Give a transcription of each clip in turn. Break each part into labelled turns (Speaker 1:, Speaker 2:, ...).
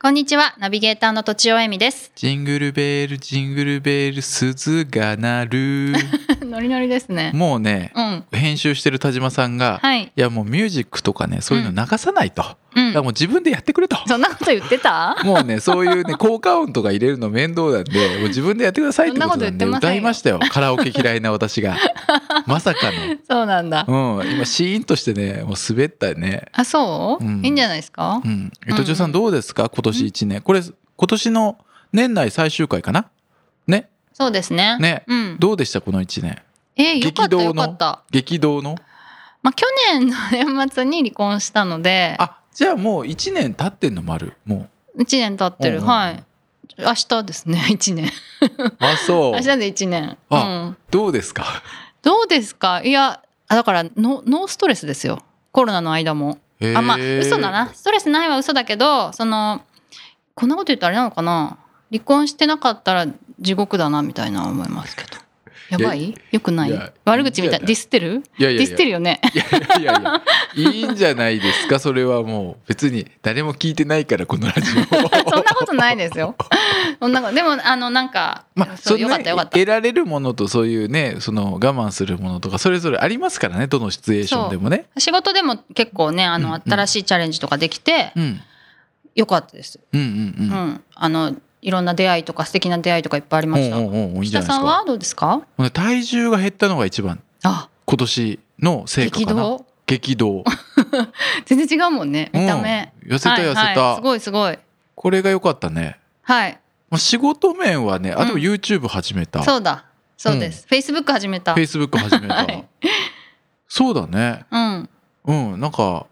Speaker 1: こんにちはナビゲーターのとちおえみです
Speaker 2: ジングルベールジングルベール鈴が鳴 る
Speaker 1: ノリノリですね
Speaker 2: もうね
Speaker 1: うん
Speaker 2: 編集してる田島さんが、
Speaker 1: はい
Speaker 2: やもうミュージックとかねそういうの流さないと、
Speaker 1: う
Speaker 2: だから
Speaker 1: ん
Speaker 2: もう自分でやってくれと
Speaker 1: そんなこと言ってた
Speaker 2: もうねそういうね効果音とか入れるの面倒なんでもう自分でやってくださいってことなんで
Speaker 1: そんなこと言ってません
Speaker 2: 歌
Speaker 1: よ
Speaker 2: いましたよカラオケ嫌いな私 がまさか
Speaker 1: そうなんだ
Speaker 2: の、うん、今シーンとしてねもう滑ったね
Speaker 1: あそう、
Speaker 2: うん
Speaker 1: いいんじゃないですか、
Speaker 2: うんえとちおさんどうですか今年1年これ今年の年内最終回かなね
Speaker 1: そうですね
Speaker 2: ね
Speaker 1: うん
Speaker 2: どうでしたこの1年
Speaker 1: えーよか
Speaker 2: 激
Speaker 1: った
Speaker 2: 動
Speaker 1: よ
Speaker 2: の
Speaker 1: かった
Speaker 2: 激動の
Speaker 1: まあ去年の年末に離婚したので
Speaker 2: あじゃあもう1年経ってんの丸も
Speaker 1: 1年経ってる、
Speaker 2: うん
Speaker 1: はい明日ですね1年
Speaker 2: うあそ
Speaker 1: 明
Speaker 2: う
Speaker 1: 日で1年う
Speaker 2: あ
Speaker 1: ん
Speaker 2: どうですか
Speaker 1: どうですかいやあだからノノーストレスですよコロナの間もあまあ
Speaker 2: へー
Speaker 1: 嘘だなストレスないは嘘だけどそのこんなこと言うとあれなのかな離婚してなかったら地獄だなみたいな思いますけどやばいよくない
Speaker 2: いや
Speaker 1: 悪口みたい
Speaker 2: いいんじゃない
Speaker 1: ディスってる
Speaker 2: いやい
Speaker 1: デ
Speaker 2: や
Speaker 1: ィ
Speaker 2: い
Speaker 1: ス
Speaker 2: や
Speaker 1: ってるよ ね
Speaker 2: いやいやいやいやいいんじゃないですかそれはもう別に誰も聞いてないからこのラジ
Speaker 1: そん
Speaker 2: オ
Speaker 1: なことないですよそんなことでもあのなんか、
Speaker 2: まあ
Speaker 1: そ
Speaker 2: そう
Speaker 1: よ
Speaker 2: ん
Speaker 1: か
Speaker 2: な
Speaker 1: ったよかった
Speaker 2: 得られるものとそういうねその我慢するものとかそれぞれありますからねどのシチュエーションでもね
Speaker 1: 仕事でも結構ねあ
Speaker 2: うんう
Speaker 1: の
Speaker 2: ん
Speaker 1: 新しいチャレンジとかできて
Speaker 2: うん
Speaker 1: よかったです、
Speaker 2: うんうん
Speaker 1: う
Speaker 2: うんん
Speaker 1: あのいろんな出会いとか素敵な出会いとかいっぱいありました
Speaker 2: おうおうおういいん
Speaker 1: 岸
Speaker 2: じゃ
Speaker 1: 田
Speaker 2: ないで
Speaker 1: さ
Speaker 2: す
Speaker 1: ん
Speaker 2: か
Speaker 1: はどうですか
Speaker 2: ほんで体重が減ったのが一番
Speaker 1: あ
Speaker 2: 今年の成果
Speaker 1: 激
Speaker 2: かな
Speaker 1: 動
Speaker 2: 激 動
Speaker 1: 全然違うもんね見た目、
Speaker 2: うん痩せた
Speaker 1: はい
Speaker 2: 痩せた、
Speaker 1: はい、すごいすごい
Speaker 2: これが良かったね
Speaker 1: はい
Speaker 2: まあ仕事面はねあでも
Speaker 1: うん
Speaker 2: YouTube 始めた、
Speaker 1: そうだそうです、Facebook 始めた
Speaker 2: Facebook 始めた、
Speaker 1: はい
Speaker 2: そうだね
Speaker 1: うん
Speaker 2: うんなんか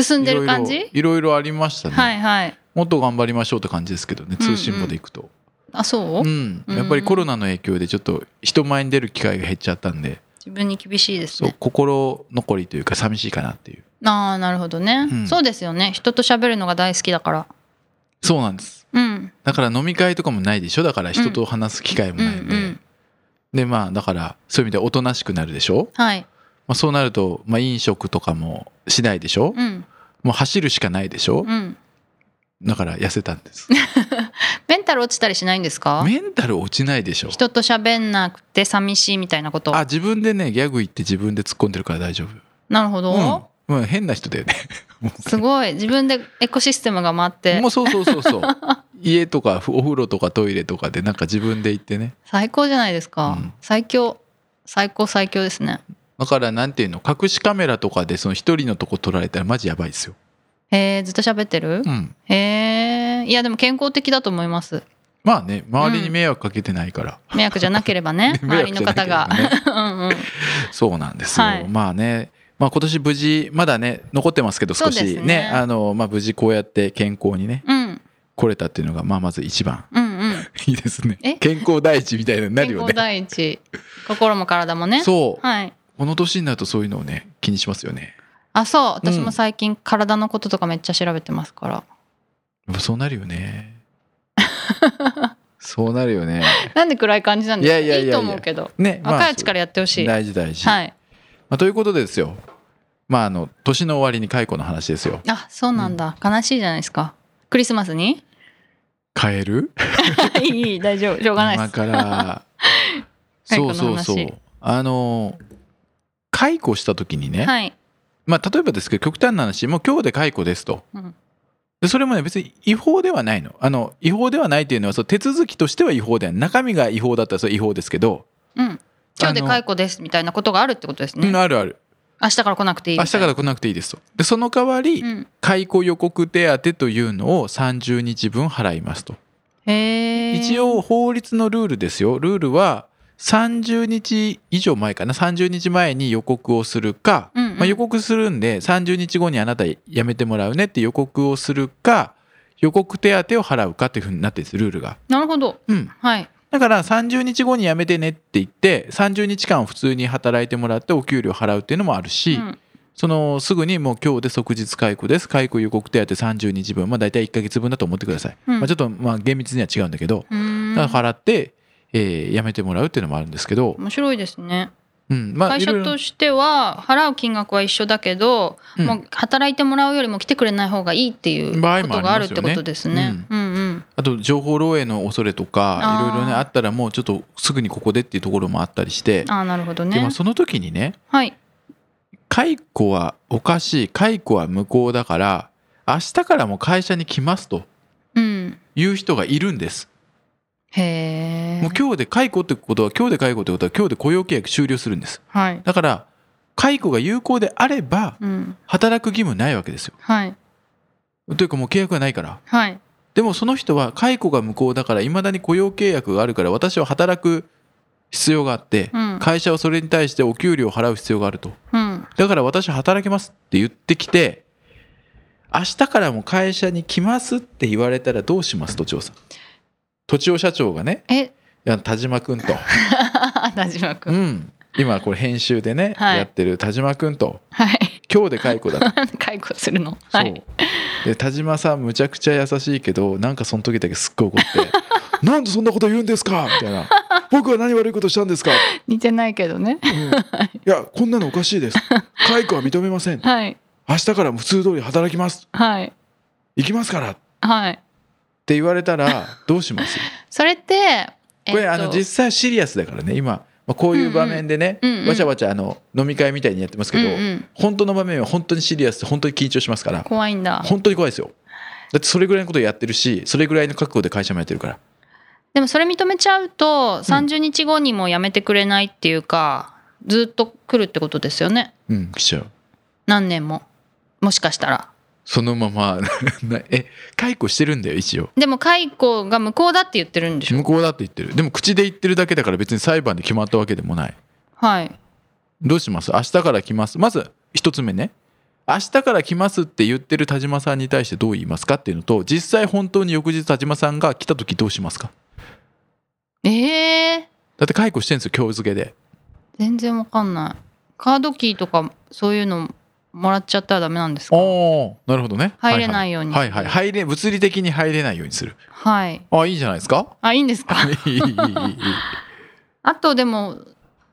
Speaker 1: 進ん
Speaker 2: い
Speaker 1: で
Speaker 2: ろ
Speaker 1: る
Speaker 2: いろ
Speaker 1: 感じ
Speaker 2: いろいろありましたね、
Speaker 1: はいはい
Speaker 2: もっと頑張りましょうって感じですけどね
Speaker 1: うんうん
Speaker 2: 通信簿でいくと、
Speaker 1: あそう、
Speaker 2: うん
Speaker 1: うん
Speaker 2: やっぱりコロナの影響でちょっと人前に出る機会が減っちゃったんで
Speaker 1: 自分に厳しいです
Speaker 2: そう
Speaker 1: ね
Speaker 2: 心残りというか寂しいかなっていう
Speaker 1: ああなるほどね、
Speaker 2: うん
Speaker 1: そうですよね人と喋るのが大好きだから
Speaker 2: そうなんです
Speaker 1: うん
Speaker 2: だから飲み会とかもないでしょだから人と話す機会も
Speaker 1: うんう
Speaker 2: ないんで、
Speaker 1: ん
Speaker 2: でまあだからそういう意味でおとなしくなるでしょ、
Speaker 1: はい
Speaker 2: まあ、そうなると、まあ、飲食とかもしないでしょ、
Speaker 1: うん
Speaker 2: もう走るしかないでしょ、
Speaker 1: うん
Speaker 2: だから痩せたんです
Speaker 1: メンタル落ちたりしないんですか
Speaker 2: メンタル落ちないでしょ
Speaker 1: 人と喋んなくて寂しいみたいなこと
Speaker 2: あ自分でねギャグ言って自分で突っ込んでるから大丈
Speaker 1: なるほど、
Speaker 2: 夫うん、うん、変な人だよねも
Speaker 1: すごい自分でエコシステムが回っ
Speaker 2: う
Speaker 1: て
Speaker 2: もうそうそうそうそう家とかお風呂とかトイレとかでなんか自分で行ってね
Speaker 1: 最高じゃないですか、
Speaker 2: うん
Speaker 1: 最強最高最強ですね
Speaker 2: だからなんていうの隠しカメラとかでその一人のとこ撮られたらマジやばいですよ
Speaker 1: へえずっと喋ってる
Speaker 2: うん
Speaker 1: へえいやでも健康的だと思います
Speaker 2: まあね周りに迷惑かけてないから、
Speaker 1: 迷惑じゃなければね
Speaker 2: 迷
Speaker 1: 周り
Speaker 2: 惑じ
Speaker 1: の
Speaker 2: ゃなけ
Speaker 1: 方
Speaker 2: れば
Speaker 1: が
Speaker 2: ね
Speaker 1: うん、うん、
Speaker 2: そうなんですよ、
Speaker 1: はい
Speaker 2: まあねまあ今年無事まだね残ってますけど少
Speaker 1: そうで
Speaker 2: し
Speaker 1: す
Speaker 2: ね
Speaker 1: ね
Speaker 2: あの、まあ、無事こうやって健康にね
Speaker 1: うん
Speaker 2: 来れたっていうのがまあまず一番
Speaker 1: うんうん
Speaker 2: いいですね
Speaker 1: え
Speaker 2: 健康第一みたいになる
Speaker 1: 健
Speaker 2: よ
Speaker 1: 康
Speaker 2: ね
Speaker 1: 第一心も体もね
Speaker 2: そう、
Speaker 1: はい
Speaker 2: この年になるとそういうのをね気にしますよね
Speaker 1: あそう私も最近体のこととかめっちゃ調べてますから、
Speaker 2: やっぱそうなるよね そうなるよね
Speaker 1: なんで暗い感じなんですか
Speaker 2: いやいやいやいや
Speaker 1: と思うけど
Speaker 2: ね、まあ
Speaker 1: 若いうちからやってほしい、
Speaker 2: 大事大事、
Speaker 1: はい
Speaker 2: まあ、ということでですよまああの年の終わりに解雇の話ですよ
Speaker 1: あそうなんだ、悲しいじゃないですかクリスマ スに
Speaker 2: 変える
Speaker 1: いいいい大丈夫しょうがないで
Speaker 2: 今
Speaker 1: す
Speaker 2: から
Speaker 1: 解雇
Speaker 2: そ
Speaker 1: の
Speaker 2: うそうそ
Speaker 1: 話
Speaker 2: うあの解雇した時にね、
Speaker 1: はい、
Speaker 2: まあ、例えばですけど極端な話もう今日で解雇ですと
Speaker 1: うん
Speaker 2: でそれもね別に違法ではないのあの違法ではないというのはそう手続きとしては違法ではない中身が違法だったらそれ違法ですけど、
Speaker 1: うん、今日で解雇ですみたいなことがあるってことですね、
Speaker 2: うんあるある
Speaker 1: 明日から来なくていいみ
Speaker 2: 明
Speaker 1: たい
Speaker 2: 日から来なくていいですとでその代わり、
Speaker 1: うん、
Speaker 2: 解雇予告手当というのを30日分払いますと
Speaker 1: へえ
Speaker 2: 一応法律のルールですよルールは30日以上前かな30日前に予告をするか、
Speaker 1: うんうん
Speaker 2: まあ、予告するんで30日後にあなた辞めてもらうねって予告をするか予告手当を払うかというふうになってるんですルールが。
Speaker 1: なるほど。
Speaker 2: うん、
Speaker 1: はい。
Speaker 2: だから30日後に辞めてねって言って30日間普通に働いてもらってお給料払うっていうのもあるし、
Speaker 1: うん
Speaker 2: そのすぐにもう今日で即日解雇です解雇予告手当30日分まあ大体1ヶ月分だと思ってください、
Speaker 1: うん
Speaker 2: まあ、ちょっとまあ厳密には違うんだけど、
Speaker 1: うーん
Speaker 2: だから払って、えー辞めてもらうっていうのもあるんですけど、
Speaker 1: 面白いですね。
Speaker 2: うんまあ、
Speaker 1: 会
Speaker 2: いろ
Speaker 1: 社
Speaker 2: いろ
Speaker 1: としては払う金額は一緒だけど、
Speaker 2: うん
Speaker 1: もう働いてもらうよりも来てくれない方がいいっていうこ
Speaker 2: 場合もあ
Speaker 1: と
Speaker 2: り
Speaker 1: があ
Speaker 2: ま
Speaker 1: るっ
Speaker 2: すよね
Speaker 1: てことですね。うんうん。
Speaker 2: あと情報漏洩の恐れとか
Speaker 1: あー
Speaker 2: いろいろねあったらもうちょっとすぐにここでっていうところもあったりして、
Speaker 1: ああなるほど
Speaker 2: で
Speaker 1: ね
Speaker 2: も。その時にね
Speaker 1: はい。
Speaker 2: 解雇はおかしい解雇は無効だから明日からも会社に来ますと
Speaker 1: うん。
Speaker 2: いう人がいるんです
Speaker 1: へえ。
Speaker 2: もう今日で解雇ってことは今日で解雇ってことは今日で雇用契約終了するんです
Speaker 1: はい。
Speaker 2: だから解雇が有効であれば
Speaker 1: うん。
Speaker 2: 働く義務ないわけですよ
Speaker 1: はい。
Speaker 2: というかもう契約がないから
Speaker 1: はい。
Speaker 2: でもその人は解雇が無効だからいまだに雇用契約があるから私は働く必要があって
Speaker 1: うん
Speaker 2: 会社はそれに対してお給料を払う必要があると
Speaker 1: うん。
Speaker 2: だから私は働けますって言ってきて明日からも会社に来ますって言われたらどうします都庁さん都庁社長がね
Speaker 1: え、
Speaker 2: いや田島君と、
Speaker 1: 田島
Speaker 2: う
Speaker 1: 君。
Speaker 2: ん、今これ編集でね、
Speaker 1: はい
Speaker 2: やってる田島君と
Speaker 1: はい。
Speaker 2: 今日で解雇だと、
Speaker 1: 解雇するの。はい。
Speaker 2: そうで田島さんむちゃくちゃ優しいけどなんかその時だけすっごい怒 って「なんでそんなこと言うんですか!」みたいな「僕は何悪いことしたんですか!」
Speaker 1: 似てないけどね。
Speaker 2: うんいやこんなのおかしいです解雇は認めません
Speaker 1: はい。
Speaker 2: 明日からも普通通り働きます
Speaker 1: はい。
Speaker 2: 行きますから」
Speaker 1: はい。
Speaker 2: って言われたらどうします
Speaker 1: それって。
Speaker 2: これ、
Speaker 1: えっと
Speaker 2: あの実際シリアスだからね今、まあ、こういう場面でね、
Speaker 1: うんうんうんうん
Speaker 2: わちゃわちゃあの飲み会みたいにやってますけど、
Speaker 1: うんうん
Speaker 2: 本当の場面は本当にシリアスで本当に緊張しますから
Speaker 1: 怖いんだ。
Speaker 2: 本当に怖いですよだってそれぐらいのことやってるしそれぐらいの覚悟で会社もやってるから
Speaker 1: でもそれ認めちゃうと30日後にもやめてくれないっていうか、ずっと来るってことですよね
Speaker 2: うん来ちゃう
Speaker 1: 何年ももしかしたら
Speaker 2: そのま まなえ解雇してるんだよ一応
Speaker 1: でも解雇が無効だって言ってるんでしょ
Speaker 2: 向こうだって言ってるでも口で言ってるだけだから別に裁判で決まったわけでもない
Speaker 1: はい
Speaker 2: どうします明日から来ますまず一つ目ね明日から来ますって言ってる田島さんに対してどう言いますかっていうのと実際本当に翌日田島さんが来た時どうしますか
Speaker 1: えー、
Speaker 2: だって解雇してるんですよ今日付けで
Speaker 1: 全然わかんないカードキーとかそういうのもらっちゃったらダメなんですか
Speaker 2: おなるほどね
Speaker 1: 入れないように
Speaker 2: はいはい、はいはい入れ物理的に入れないようにする
Speaker 1: はい
Speaker 2: あいいじゃないです か
Speaker 1: あいいんですか
Speaker 2: いいいいいいいい
Speaker 1: あとでも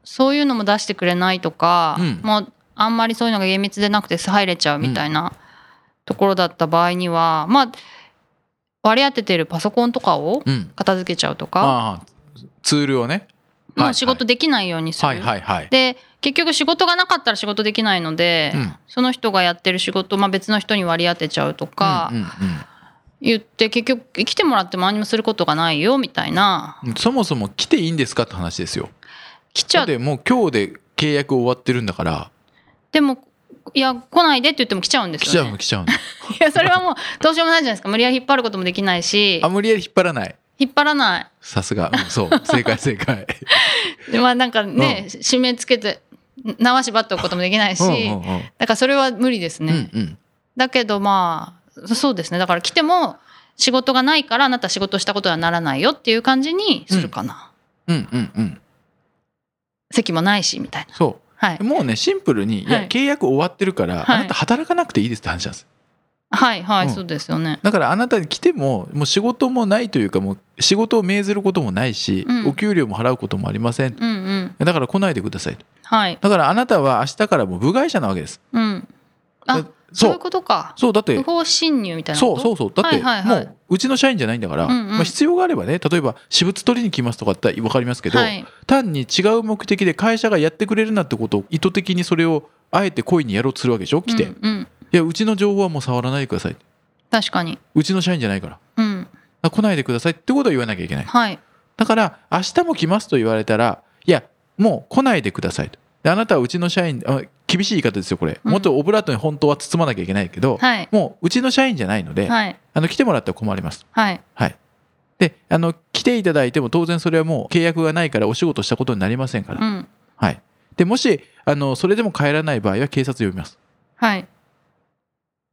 Speaker 1: そういうのも出してくれないとか、
Speaker 2: うん
Speaker 1: もうあんまりそういうのが厳密でなくて入れちゃうみたいなところだった場合には、まあ割り当ててるパソコンとかを
Speaker 2: うん
Speaker 1: 片付けちゃうとか、
Speaker 2: ああツールをね
Speaker 1: もう仕事できないようにする。
Speaker 2: はいはいはい、
Speaker 1: で結局仕事がなかったら仕事できないので、
Speaker 2: うん
Speaker 1: その人がやってる仕事、まあ、別の人に割り当てちゃうとか
Speaker 2: うんうんうん
Speaker 1: 言って結局来てもらっても何もすることがないよみたいな
Speaker 2: そもそも来ていいんですかって話ですよ。
Speaker 1: 来ち
Speaker 2: だ
Speaker 1: ゃ
Speaker 2: っ
Speaker 1: う
Speaker 2: てもう今日で契約終わってるんだから
Speaker 1: でもいや来ないでって言っても来ちゃうんで
Speaker 2: 来
Speaker 1: す
Speaker 2: ちゃ
Speaker 1: よ
Speaker 2: う
Speaker 1: ね
Speaker 2: の。来ちゃうの。
Speaker 1: いやそれはもうどうしようもないじゃないですか無理やり引っ張ることもできないし
Speaker 2: あ無理やり引っ張らない。
Speaker 1: 引っ張らな
Speaker 2: さすが、うん そう正解正解。
Speaker 1: いでまあなんかね、締め付けて縄縛っておくこともできないし、
Speaker 2: うんうんうん
Speaker 1: だからそれは無理ですね、
Speaker 2: うんうん
Speaker 1: だけどまあそそうですねだから来ても仕事がないからあなた仕事したことにはならないよっていう感じにするかな、
Speaker 2: うんうんうん
Speaker 1: 席もないしみたいな
Speaker 2: そ
Speaker 1: はいう
Speaker 2: もうねシンプルに、い、
Speaker 1: は
Speaker 2: や
Speaker 1: い
Speaker 2: 契約終わってるから、
Speaker 1: はい
Speaker 2: あなた働かなくていいですって話なんです
Speaker 1: はいはい、
Speaker 2: うん
Speaker 1: そうですよね
Speaker 2: だからあなたに来てももう仕事もないというかもう仕事を命ずることもないし、
Speaker 1: うん
Speaker 2: お給料も払うこともありません
Speaker 1: うんうん
Speaker 2: だから来ないでくださいと
Speaker 1: はい
Speaker 2: だからあなたは明日からもう部外者なわけです
Speaker 1: うんあ
Speaker 2: だそ
Speaker 1: そういう
Speaker 2: う
Speaker 1: ことか
Speaker 2: そうだって
Speaker 1: 不法侵入みたいな
Speaker 2: そ
Speaker 1: こ
Speaker 2: う
Speaker 1: と
Speaker 2: そうそうだって、
Speaker 1: はいはいはい
Speaker 2: もううちの社員じゃないんだから、
Speaker 1: うんうん
Speaker 2: まあ、必要があればね例えば私物取りに来ますとかだって分かりますけど、
Speaker 1: はい
Speaker 2: 単に違う目的で会社がやってくれるなってことを意図的にそれをあえて故意にやろうとするわけでしょ来て、
Speaker 1: う
Speaker 2: い
Speaker 1: んうん、
Speaker 2: やうちの情報はもう触らないでください
Speaker 1: 確かに
Speaker 2: うちの社員じゃないから
Speaker 1: うん
Speaker 2: あ来ないでくださいってことは言わなきゃいけない
Speaker 1: はい
Speaker 2: だから明日も来ますと言われたらいやもう来ないでくださいとであなたはうちの社員あ厳しい言い方ですよこれ、
Speaker 1: うん
Speaker 2: もっとオブラートに本当は包まなきゃいけないけど、
Speaker 1: はい
Speaker 2: もううちの社員じゃないので、
Speaker 1: はい
Speaker 2: あの来てもらったら困ります
Speaker 1: はい
Speaker 2: はい。で、あの、来ていただいても当然それはもう契約がないからお仕事したことになりませんから。
Speaker 1: うん
Speaker 2: はい。で、もし、あの、それでも帰らない場合は警察呼びます。
Speaker 1: はい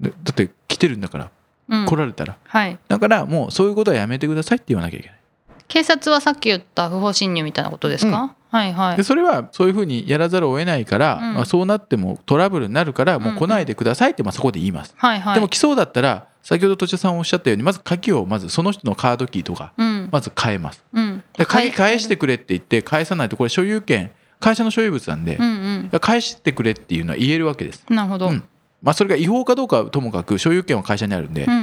Speaker 2: でだって来てるんだから。
Speaker 1: うん
Speaker 2: 来られたら
Speaker 1: はい、
Speaker 2: だからもうそういうことはやめてくださいって言わなきゃいけない
Speaker 1: 警察はさっき言った不法侵入みたいなことですか、
Speaker 2: う
Speaker 1: はいはい
Speaker 2: でそれはそういうふうにやらざるを得ないから、
Speaker 1: うん
Speaker 2: まあ、そうなってもトラブルになるからもう来ないでくださいってまあそこで言います、
Speaker 1: はいはい
Speaker 2: でも来そうだったら先ほど土地さんおっしゃったようにまず鍵をまずその人のカードキーとか
Speaker 1: うん
Speaker 2: まず変えます
Speaker 1: うん
Speaker 2: で鍵返して
Speaker 1: く
Speaker 2: くれって言って返さないとこれ所有権会社の所有物なんで、
Speaker 1: うん
Speaker 2: 返してくれっていうのは言えるわけです、
Speaker 1: うんなるほど、
Speaker 2: う
Speaker 1: うんん
Speaker 2: まあ、それが違法かどうかはともかく所有権は会社にあるんで、だか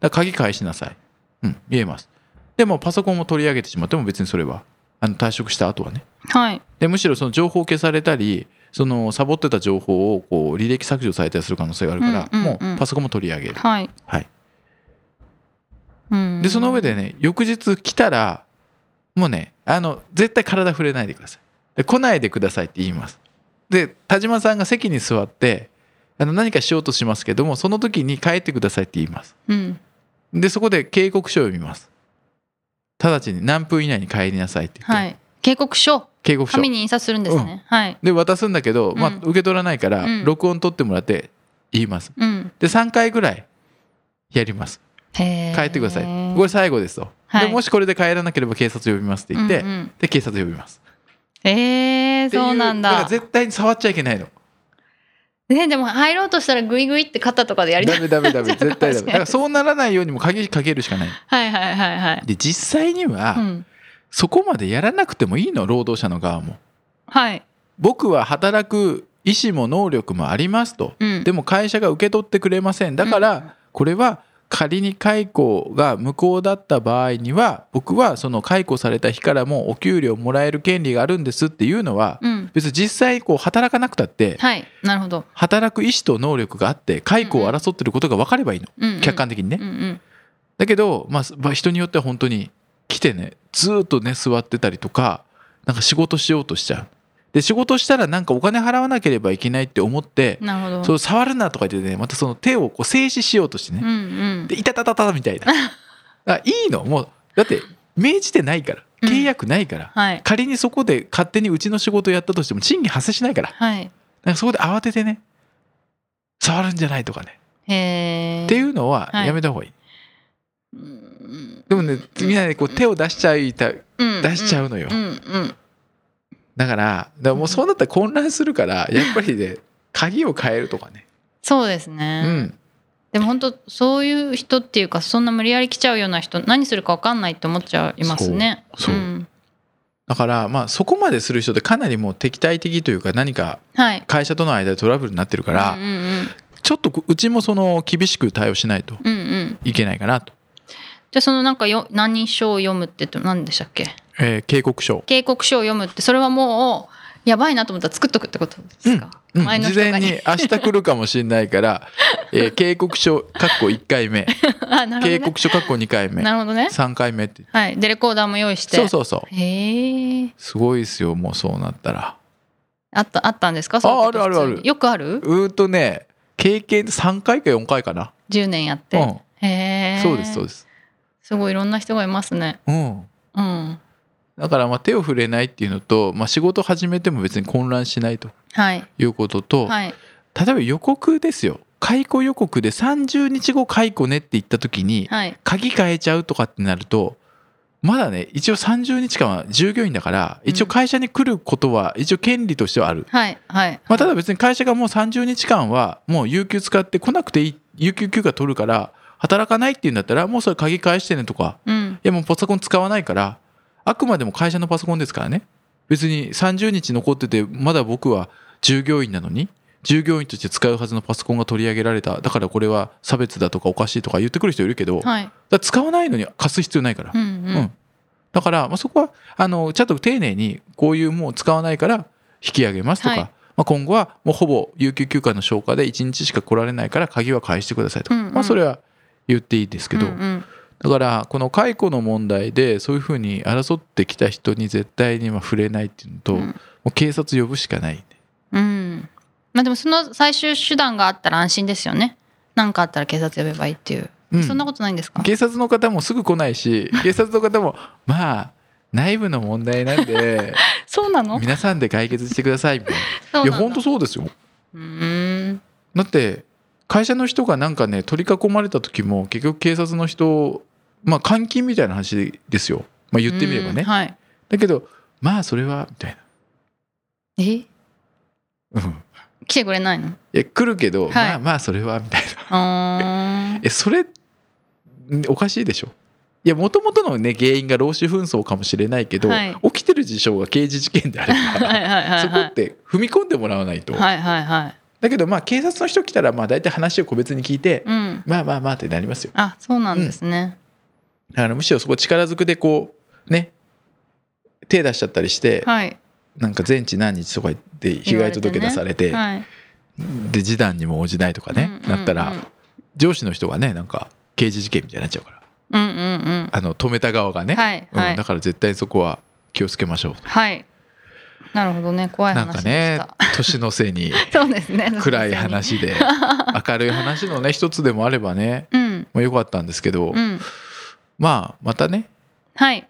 Speaker 2: ら鍵返しなさい、うん、言えますでもパソコンも取り上げてしまっても別にそれはあの退職した後はね
Speaker 1: はい
Speaker 2: でむしろその情報を消されたりそのサボってた情報をこう履歴削除されたりする可能性があるから、
Speaker 1: うんうんうん
Speaker 2: もうパソコンも取り上げる、
Speaker 1: はい、
Speaker 2: はい、
Speaker 1: うん、
Speaker 2: でその上でね翌日来たらもうねあの絶対体触れないでくださいで来ないでくださいって言いますで田島さんが席に座ってあの何かしようとしますけどもその時に帰ってくださいって言います
Speaker 1: うん
Speaker 2: でそこで警告書を読みます直ちに何分以内に帰りなさいって言って、
Speaker 1: はい警告書
Speaker 2: 警告書
Speaker 1: 紙に印刷するんですね、はい
Speaker 2: で渡すんだけど、まあ
Speaker 1: うん、
Speaker 2: 受け取らないから
Speaker 1: うん
Speaker 2: 録音取ってもらって言います
Speaker 1: うん
Speaker 2: で3回ぐらいやります
Speaker 1: へー
Speaker 2: 帰ってください、これ最後ですと、
Speaker 1: はい
Speaker 2: でもしこれで帰らなければ警察呼びますって言って、
Speaker 1: うんうん
Speaker 2: で警察呼びます
Speaker 1: えー、
Speaker 2: ってい
Speaker 1: そうなん
Speaker 2: だか
Speaker 1: だ
Speaker 2: ら絶対に触っちゃいけないの
Speaker 1: ねでも入ろうとしたらグイグイって肩とかでやりた
Speaker 2: ダ
Speaker 1: い
Speaker 2: メダメダメ
Speaker 1: やっちゃう
Speaker 2: 絶対ダ
Speaker 1: かもしれない
Speaker 2: メだからそうならないようにも鍵かけるしかない
Speaker 1: はいはいはいはい
Speaker 2: で実際には、
Speaker 1: うん
Speaker 2: そこまでやらなくてもいいの労働者の側も
Speaker 1: はい
Speaker 2: 僕は働く意思も能力もありますと
Speaker 1: うん
Speaker 2: でも会社が受け取ってくれませんだからこれは仮に解雇が無効だった場合には僕はその解雇された日からもお給料もらえる権利があるんですっていうのは
Speaker 1: うん
Speaker 2: 別に実際こう働かなくたって
Speaker 1: はいなるほど、
Speaker 2: 働く意思と能力があって解雇を争ってることが分かればいいの
Speaker 1: うんうん、
Speaker 2: 客観的にね
Speaker 1: うんうん
Speaker 2: だけど、まあすまあ、人によっては本当に来てねずーっとね座ってたりとかなんか仕事しようとしちゃうで仕事したらなんかお金払わなければいけないって思って、
Speaker 1: なるほど
Speaker 2: そう触るなとか言ってねまたその手をこう静止しようとしてね、
Speaker 1: うんうん
Speaker 2: でいたたたたみたいなあいいのもうだって命じてないから
Speaker 1: うん
Speaker 2: 契約ないから、
Speaker 1: はい
Speaker 2: 仮にそこで勝手にうちの仕事やったとしても賃金発生しないから
Speaker 1: はい
Speaker 2: なんかそこで慌ててね触るんじゃないとかね、
Speaker 1: へー
Speaker 2: っていうのは
Speaker 1: はい
Speaker 2: やめた方がいい、
Speaker 1: うん
Speaker 2: でもねみんなねこう手を出しちゃいた
Speaker 1: うん
Speaker 2: 出しちゃうのよ、
Speaker 1: うんうん
Speaker 2: だからだからもうそうなったら混乱するからやっぱりね鍵を変えるとかね
Speaker 1: そうです
Speaker 2: う
Speaker 1: ね、
Speaker 2: ん
Speaker 1: でも本当そういう人っていうかそんな無理やり来ちゃうような人何するか分かんないって思っちゃいますね
Speaker 2: そうそうんだからまあそこまでする人ってかなりもう敵対的というか何か
Speaker 1: はい
Speaker 2: 会社との間でトラブルになってるから、
Speaker 1: うんうん
Speaker 2: ちょっとこうちもその厳しく対応しないと
Speaker 1: うんうんうん
Speaker 2: いけないかなと、
Speaker 1: じゃあそのなんかよ何書を読むって言って何でしたっけ
Speaker 2: えー警告書
Speaker 1: 警告書を読むってそれはもうやばいなと思ったら作っとくってことですか、
Speaker 2: うん
Speaker 1: 前の
Speaker 2: 事
Speaker 1: 人が
Speaker 2: 前に
Speaker 1: ね
Speaker 2: 明日来るかもしれない から、えー警告書かっこ1回目
Speaker 1: あなるほど、ね、
Speaker 2: 警告書かっこ2回目
Speaker 1: なるほどね
Speaker 2: 3回目って
Speaker 1: はいでレコーダーも用意して
Speaker 2: そうそうそう
Speaker 1: へえ
Speaker 2: すごいですよもうそうなったら
Speaker 1: あったあったんですかそういうこと
Speaker 2: ああるあるある
Speaker 1: 普通によくある
Speaker 2: うーんとね経験3回か4回かな、
Speaker 1: 10年やって、
Speaker 2: うん
Speaker 1: へえ
Speaker 2: そうですそうですす
Speaker 1: すごいいろんな人がいますね
Speaker 2: うん
Speaker 1: うん
Speaker 2: だからまあ手を触れないっていうのと、まあ、仕事始めても別に混乱しないと
Speaker 1: はい
Speaker 2: いうことと、
Speaker 1: はい
Speaker 2: 例えば予告ですよ解雇予告で30日後解雇ねって言った時に
Speaker 1: はい
Speaker 2: 鍵変えちゃうとかってなるとまだね一応30日間は従業員だから
Speaker 1: うん
Speaker 2: 一応会社に来ることは一応権利としてはある、
Speaker 1: はいはい
Speaker 2: まあ、ただ別に会社がもう30日間はもう有給使って来なくていい有給休暇取るから働かないっていうんだったらもうそれ鍵返してねとか
Speaker 1: うん
Speaker 2: いやもうパソコン使わないからあくまでも会社のパソコンですからね別に30日残っててまだ僕は従業員なのに従業員として使うはずのパソコンが取り上げられただからこれは差別だとかおかしいとか言ってくる人いるけど、だか
Speaker 1: はい
Speaker 2: ら使わないのに貸す必要ないから、
Speaker 1: うんうん、
Speaker 2: うんだから、まあ、そこはあのちゃんと丁寧にこういうもう使わないから引き上げますとか、
Speaker 1: はい
Speaker 2: まあ、今後はもうほぼ有給休暇の消化で1日しか来られないから鍵は返してくださいとか、
Speaker 1: うんうん
Speaker 2: まあ、それは言っていいですけど、
Speaker 1: うんうん
Speaker 2: だからこの解雇の問題でそういうふうに争ってきた人に絶対には触れないっていうのと、
Speaker 1: うん
Speaker 2: もう警察呼ぶしかない
Speaker 1: うんまあでもその最終手段があったら安心ですよね何かあったら警察呼べばいいっていう、
Speaker 2: うん
Speaker 1: そんなことないんですか
Speaker 2: 警察の方もすぐ来ない し警察の方もまあ内部の問題なんで
Speaker 1: そうなの
Speaker 2: 皆さんで解決してくださいみたい
Speaker 1: そ
Speaker 2: な
Speaker 1: う
Speaker 2: い
Speaker 1: な
Speaker 2: や
Speaker 1: の
Speaker 2: 本当そうですよ
Speaker 1: うーん
Speaker 2: だって会社の人がなんかね取り囲まれた時も結局警察の人まあ監禁みたいな話ですよ、まあ、言ってみればね、
Speaker 1: うんはい
Speaker 2: だけどまあそれはみたい
Speaker 1: え
Speaker 2: な、うん、
Speaker 1: 来てくれないの
Speaker 2: いや来るけど、
Speaker 1: はい
Speaker 2: まあまあそれはみたいな
Speaker 1: あー
Speaker 2: えそれんおかしいでしょいやもともとのね原因が労使紛争かもしれないけど、
Speaker 1: はい
Speaker 2: 起きてる事象が刑事事件であれば、
Speaker 1: はいはい はい
Speaker 2: そこ
Speaker 1: は
Speaker 2: って踏み込んでもらわないと、
Speaker 1: いはいはいはい
Speaker 2: だけどまあ警察の人来たらまあ大体話を個別に聞いて、
Speaker 1: うん
Speaker 2: まあまあまあってなりますよ
Speaker 1: あそうなんですね、
Speaker 2: だからむしろそこ力ずくでこうね手出しちゃったりして、
Speaker 1: はい
Speaker 2: なんか全治何日とか言って被害届出されて
Speaker 1: はい
Speaker 2: で示談にも応じないとかね、
Speaker 1: うんうんうん
Speaker 2: なったら上司の人がねなんか刑事事件みたいになっちゃうから
Speaker 1: うんうんうん
Speaker 2: あの止めた側がね、
Speaker 1: はいはい
Speaker 2: うん、だから絶対そこは気をつけましょう
Speaker 1: はいなるほどね怖い
Speaker 2: なん
Speaker 1: 話で
Speaker 2: か
Speaker 1: した
Speaker 2: ね年のせい に
Speaker 1: そうですね
Speaker 2: 暗い話で明るい話のね一つでもあればね
Speaker 1: うん
Speaker 2: もうよかったんですけど、
Speaker 1: うん
Speaker 2: まあまたね
Speaker 1: はい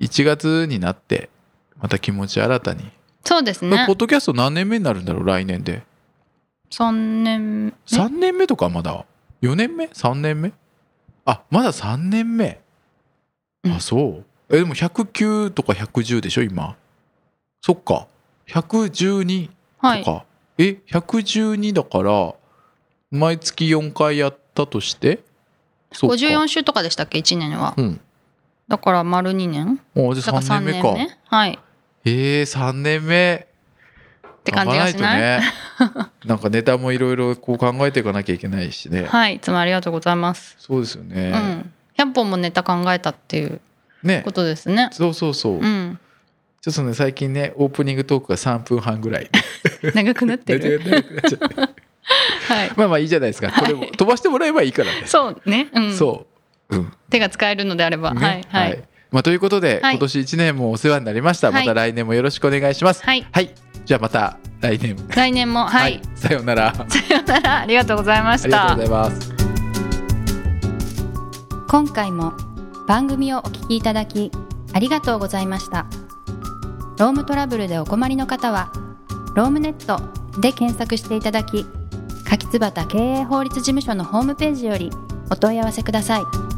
Speaker 2: 1月になってまた気持ち新たに、
Speaker 1: そうですね
Speaker 2: ポッドキャスト何年目になるんだろう来年で
Speaker 1: 三年え
Speaker 2: 3年目とかまだ4年目3年目あまだ3年目
Speaker 1: うん
Speaker 2: あそうえでも109とか110でしょ今そっか112とか、
Speaker 1: はい
Speaker 2: え112だから毎月4回やったとしてそっか
Speaker 1: 54週とかでしたっけ1年は
Speaker 2: うん
Speaker 1: だから丸2年
Speaker 2: あ
Speaker 1: だ
Speaker 2: じ
Speaker 1: か
Speaker 2: ゃあ
Speaker 1: ら
Speaker 2: 3
Speaker 1: 3
Speaker 2: 年目
Speaker 1: 年
Speaker 2: か
Speaker 1: ねはいっ
Speaker 2: えー、3年目
Speaker 1: て感じがしない
Speaker 2: 頑張ら ないとねなんかネタもいろいろこう考えていかなきゃいけないしね、
Speaker 1: はいいつもありがとうございます、
Speaker 2: そうですよね、
Speaker 1: うん100本もネタ考えたっていう
Speaker 2: ね
Speaker 1: ことですね
Speaker 2: そうそうそう、
Speaker 1: う
Speaker 2: ちょ
Speaker 1: ん
Speaker 2: っとね最近ねオープニングトークが3分半ぐらい
Speaker 1: 長くなって る
Speaker 2: 長くなっちゃって
Speaker 1: はい
Speaker 2: まあまあいいじゃないですかこれも飛ばしてもらえばいいからね、
Speaker 1: そうね、うん、
Speaker 2: そう、うん
Speaker 1: 手が使えるのであれば、
Speaker 2: ね
Speaker 1: はいはい、
Speaker 2: まあ、ということで、
Speaker 1: はい
Speaker 2: 今年1年もお世話になりました
Speaker 1: は
Speaker 2: ま
Speaker 1: い
Speaker 2: た来年もよろしくお願いします
Speaker 1: はい
Speaker 2: はい、じゃあまた来年も
Speaker 1: 来年もはい、
Speaker 2: さようなら
Speaker 1: さような らありがとうございま
Speaker 2: あ
Speaker 1: し
Speaker 2: りが
Speaker 1: た
Speaker 2: とうございます
Speaker 3: 今回も番組をお聞きいただきありがとうございましたロームトラブルでお困りの方は「ロームネット」で検索していただき柿椿経営法律事務所のホームページよりお問い合わせください